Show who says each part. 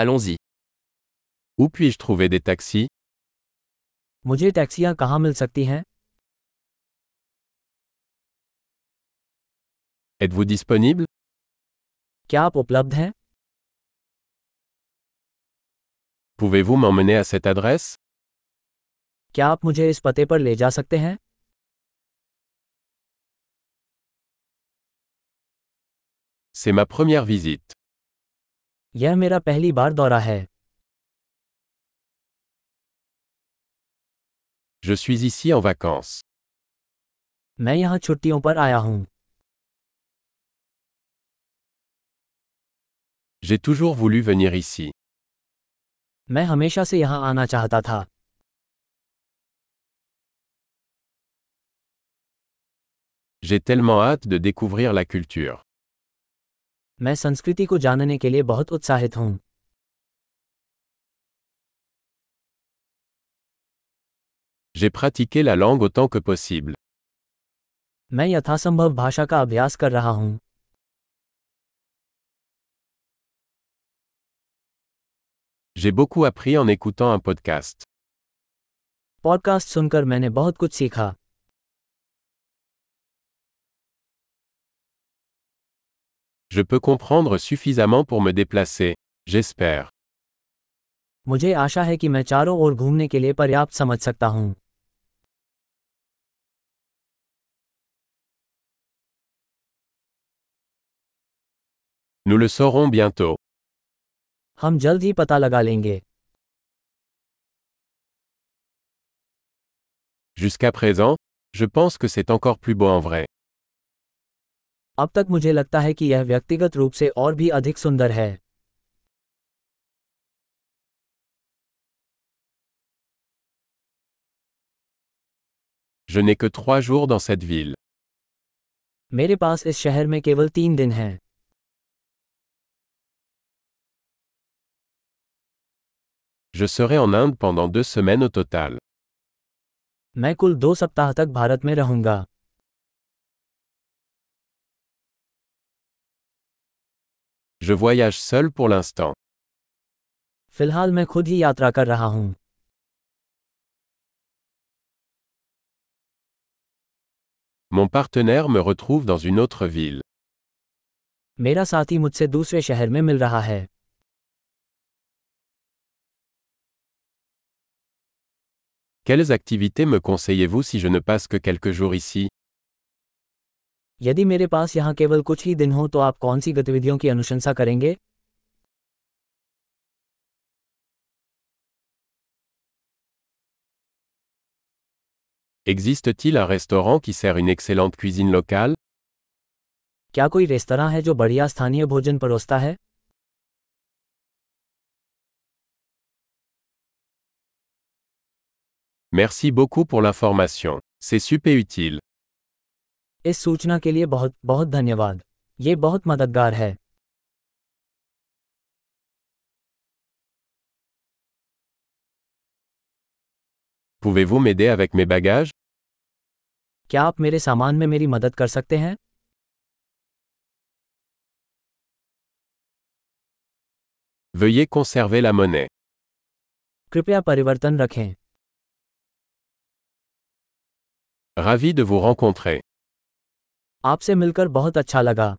Speaker 1: Allons-y. Où puis-je trouver des taxis
Speaker 2: मुझे टैक्सियाँ कहाँ मिल सकती हैं
Speaker 1: Êtes-vous disponible
Speaker 2: क्या आप उपलब्ध हैं
Speaker 1: Pouvez-vous m'emmener à cette adresse
Speaker 2: क्या आप मुझे इस पते पर ले जा सकते हैं
Speaker 1: C'est ma première visite.
Speaker 2: यह मेरा पहली बार दौरा है
Speaker 1: Je suis ici en vacances.
Speaker 2: मैं यहाँ छुट्टियों पर आया हूँ
Speaker 1: J'ai toujours voulu venir ici.
Speaker 2: मैं हमेशा से यहाँ आना चाहता था
Speaker 1: J'ai tellement hâte de découvrir la culture.
Speaker 2: मैं संस्कृति को जानने के लिए बहुत उत्साहित हूँ
Speaker 1: J'ai pratiqué la langue autant que possible.
Speaker 2: मैं यथासंभव भाषा का अभ्यास कर रहा हूँ
Speaker 1: J'ai beaucoup appris en écoutant un podcast.
Speaker 2: पॉडकास्ट सुनकर मैंने बहुत कुछ सीखा
Speaker 1: Je peux comprendre suffisamment pour me déplacer, j'espère.
Speaker 2: मुझे आशा है कि मैं चारों ओर घूमने के लिए पर्याप्त समझ सकता हूँ
Speaker 1: Nous le saurons bientôt.
Speaker 2: हम जल्द ही पता लगा लेंगे
Speaker 1: Jusqu'à présent, je pense que c'est encore plus beau en vrai.
Speaker 2: अब तक मुझे लगता है कि यह व्यक्तिगत रूप से और भी अधिक सुंदर है
Speaker 1: Je n'ai que trois jours dans cette ville.
Speaker 2: मेरे पास इस शहर में केवल तीन दिन हैं
Speaker 1: Je serai en Inde pendant deux semaines au total.
Speaker 2: मैं कुल दो सप्ताह तक भारत में रहूंगा
Speaker 1: Je voyage seul pour l'instant.
Speaker 2: फिलहाल मैं खुद ही यात्रा कर रहा हूँ
Speaker 1: Mon partenaire me retrouve dans une autre ville.
Speaker 2: मेरा साथी मुझसे दूसरे शहर में मिल रहा है
Speaker 1: Quelles activités me conseillez-vous si je ne passe que quelques jours ici
Speaker 2: यदि मेरे पास यहाँ केवल कुछ ही दिन हो तो आप कौन सी गतिविधियों की अनुशंसा करेंगे
Speaker 1: Existe-t-il un restaurant qui sert une excellente cuisine locale
Speaker 2: क्या कोई रेस्तरा है जो बढ़िया स्थानीय भोजन परोसता है
Speaker 1: Merci beaucoup pour l'information. C'est super utile.
Speaker 2: इस सूचना के लिए बहुत बहुत धन्यवाद ये बहुत मददगार है
Speaker 1: Pouvez-vous m'aider avec mes bagages
Speaker 2: क्या आप मेरे सामान में मेरी मदद कर सकते हैं
Speaker 1: Veuillez conserver la monnaie.
Speaker 2: कृपया परिवर्तन रखें
Speaker 1: Ravi de vous rencontrer.
Speaker 2: आपसे मिलकर बहुत अच्छा लगा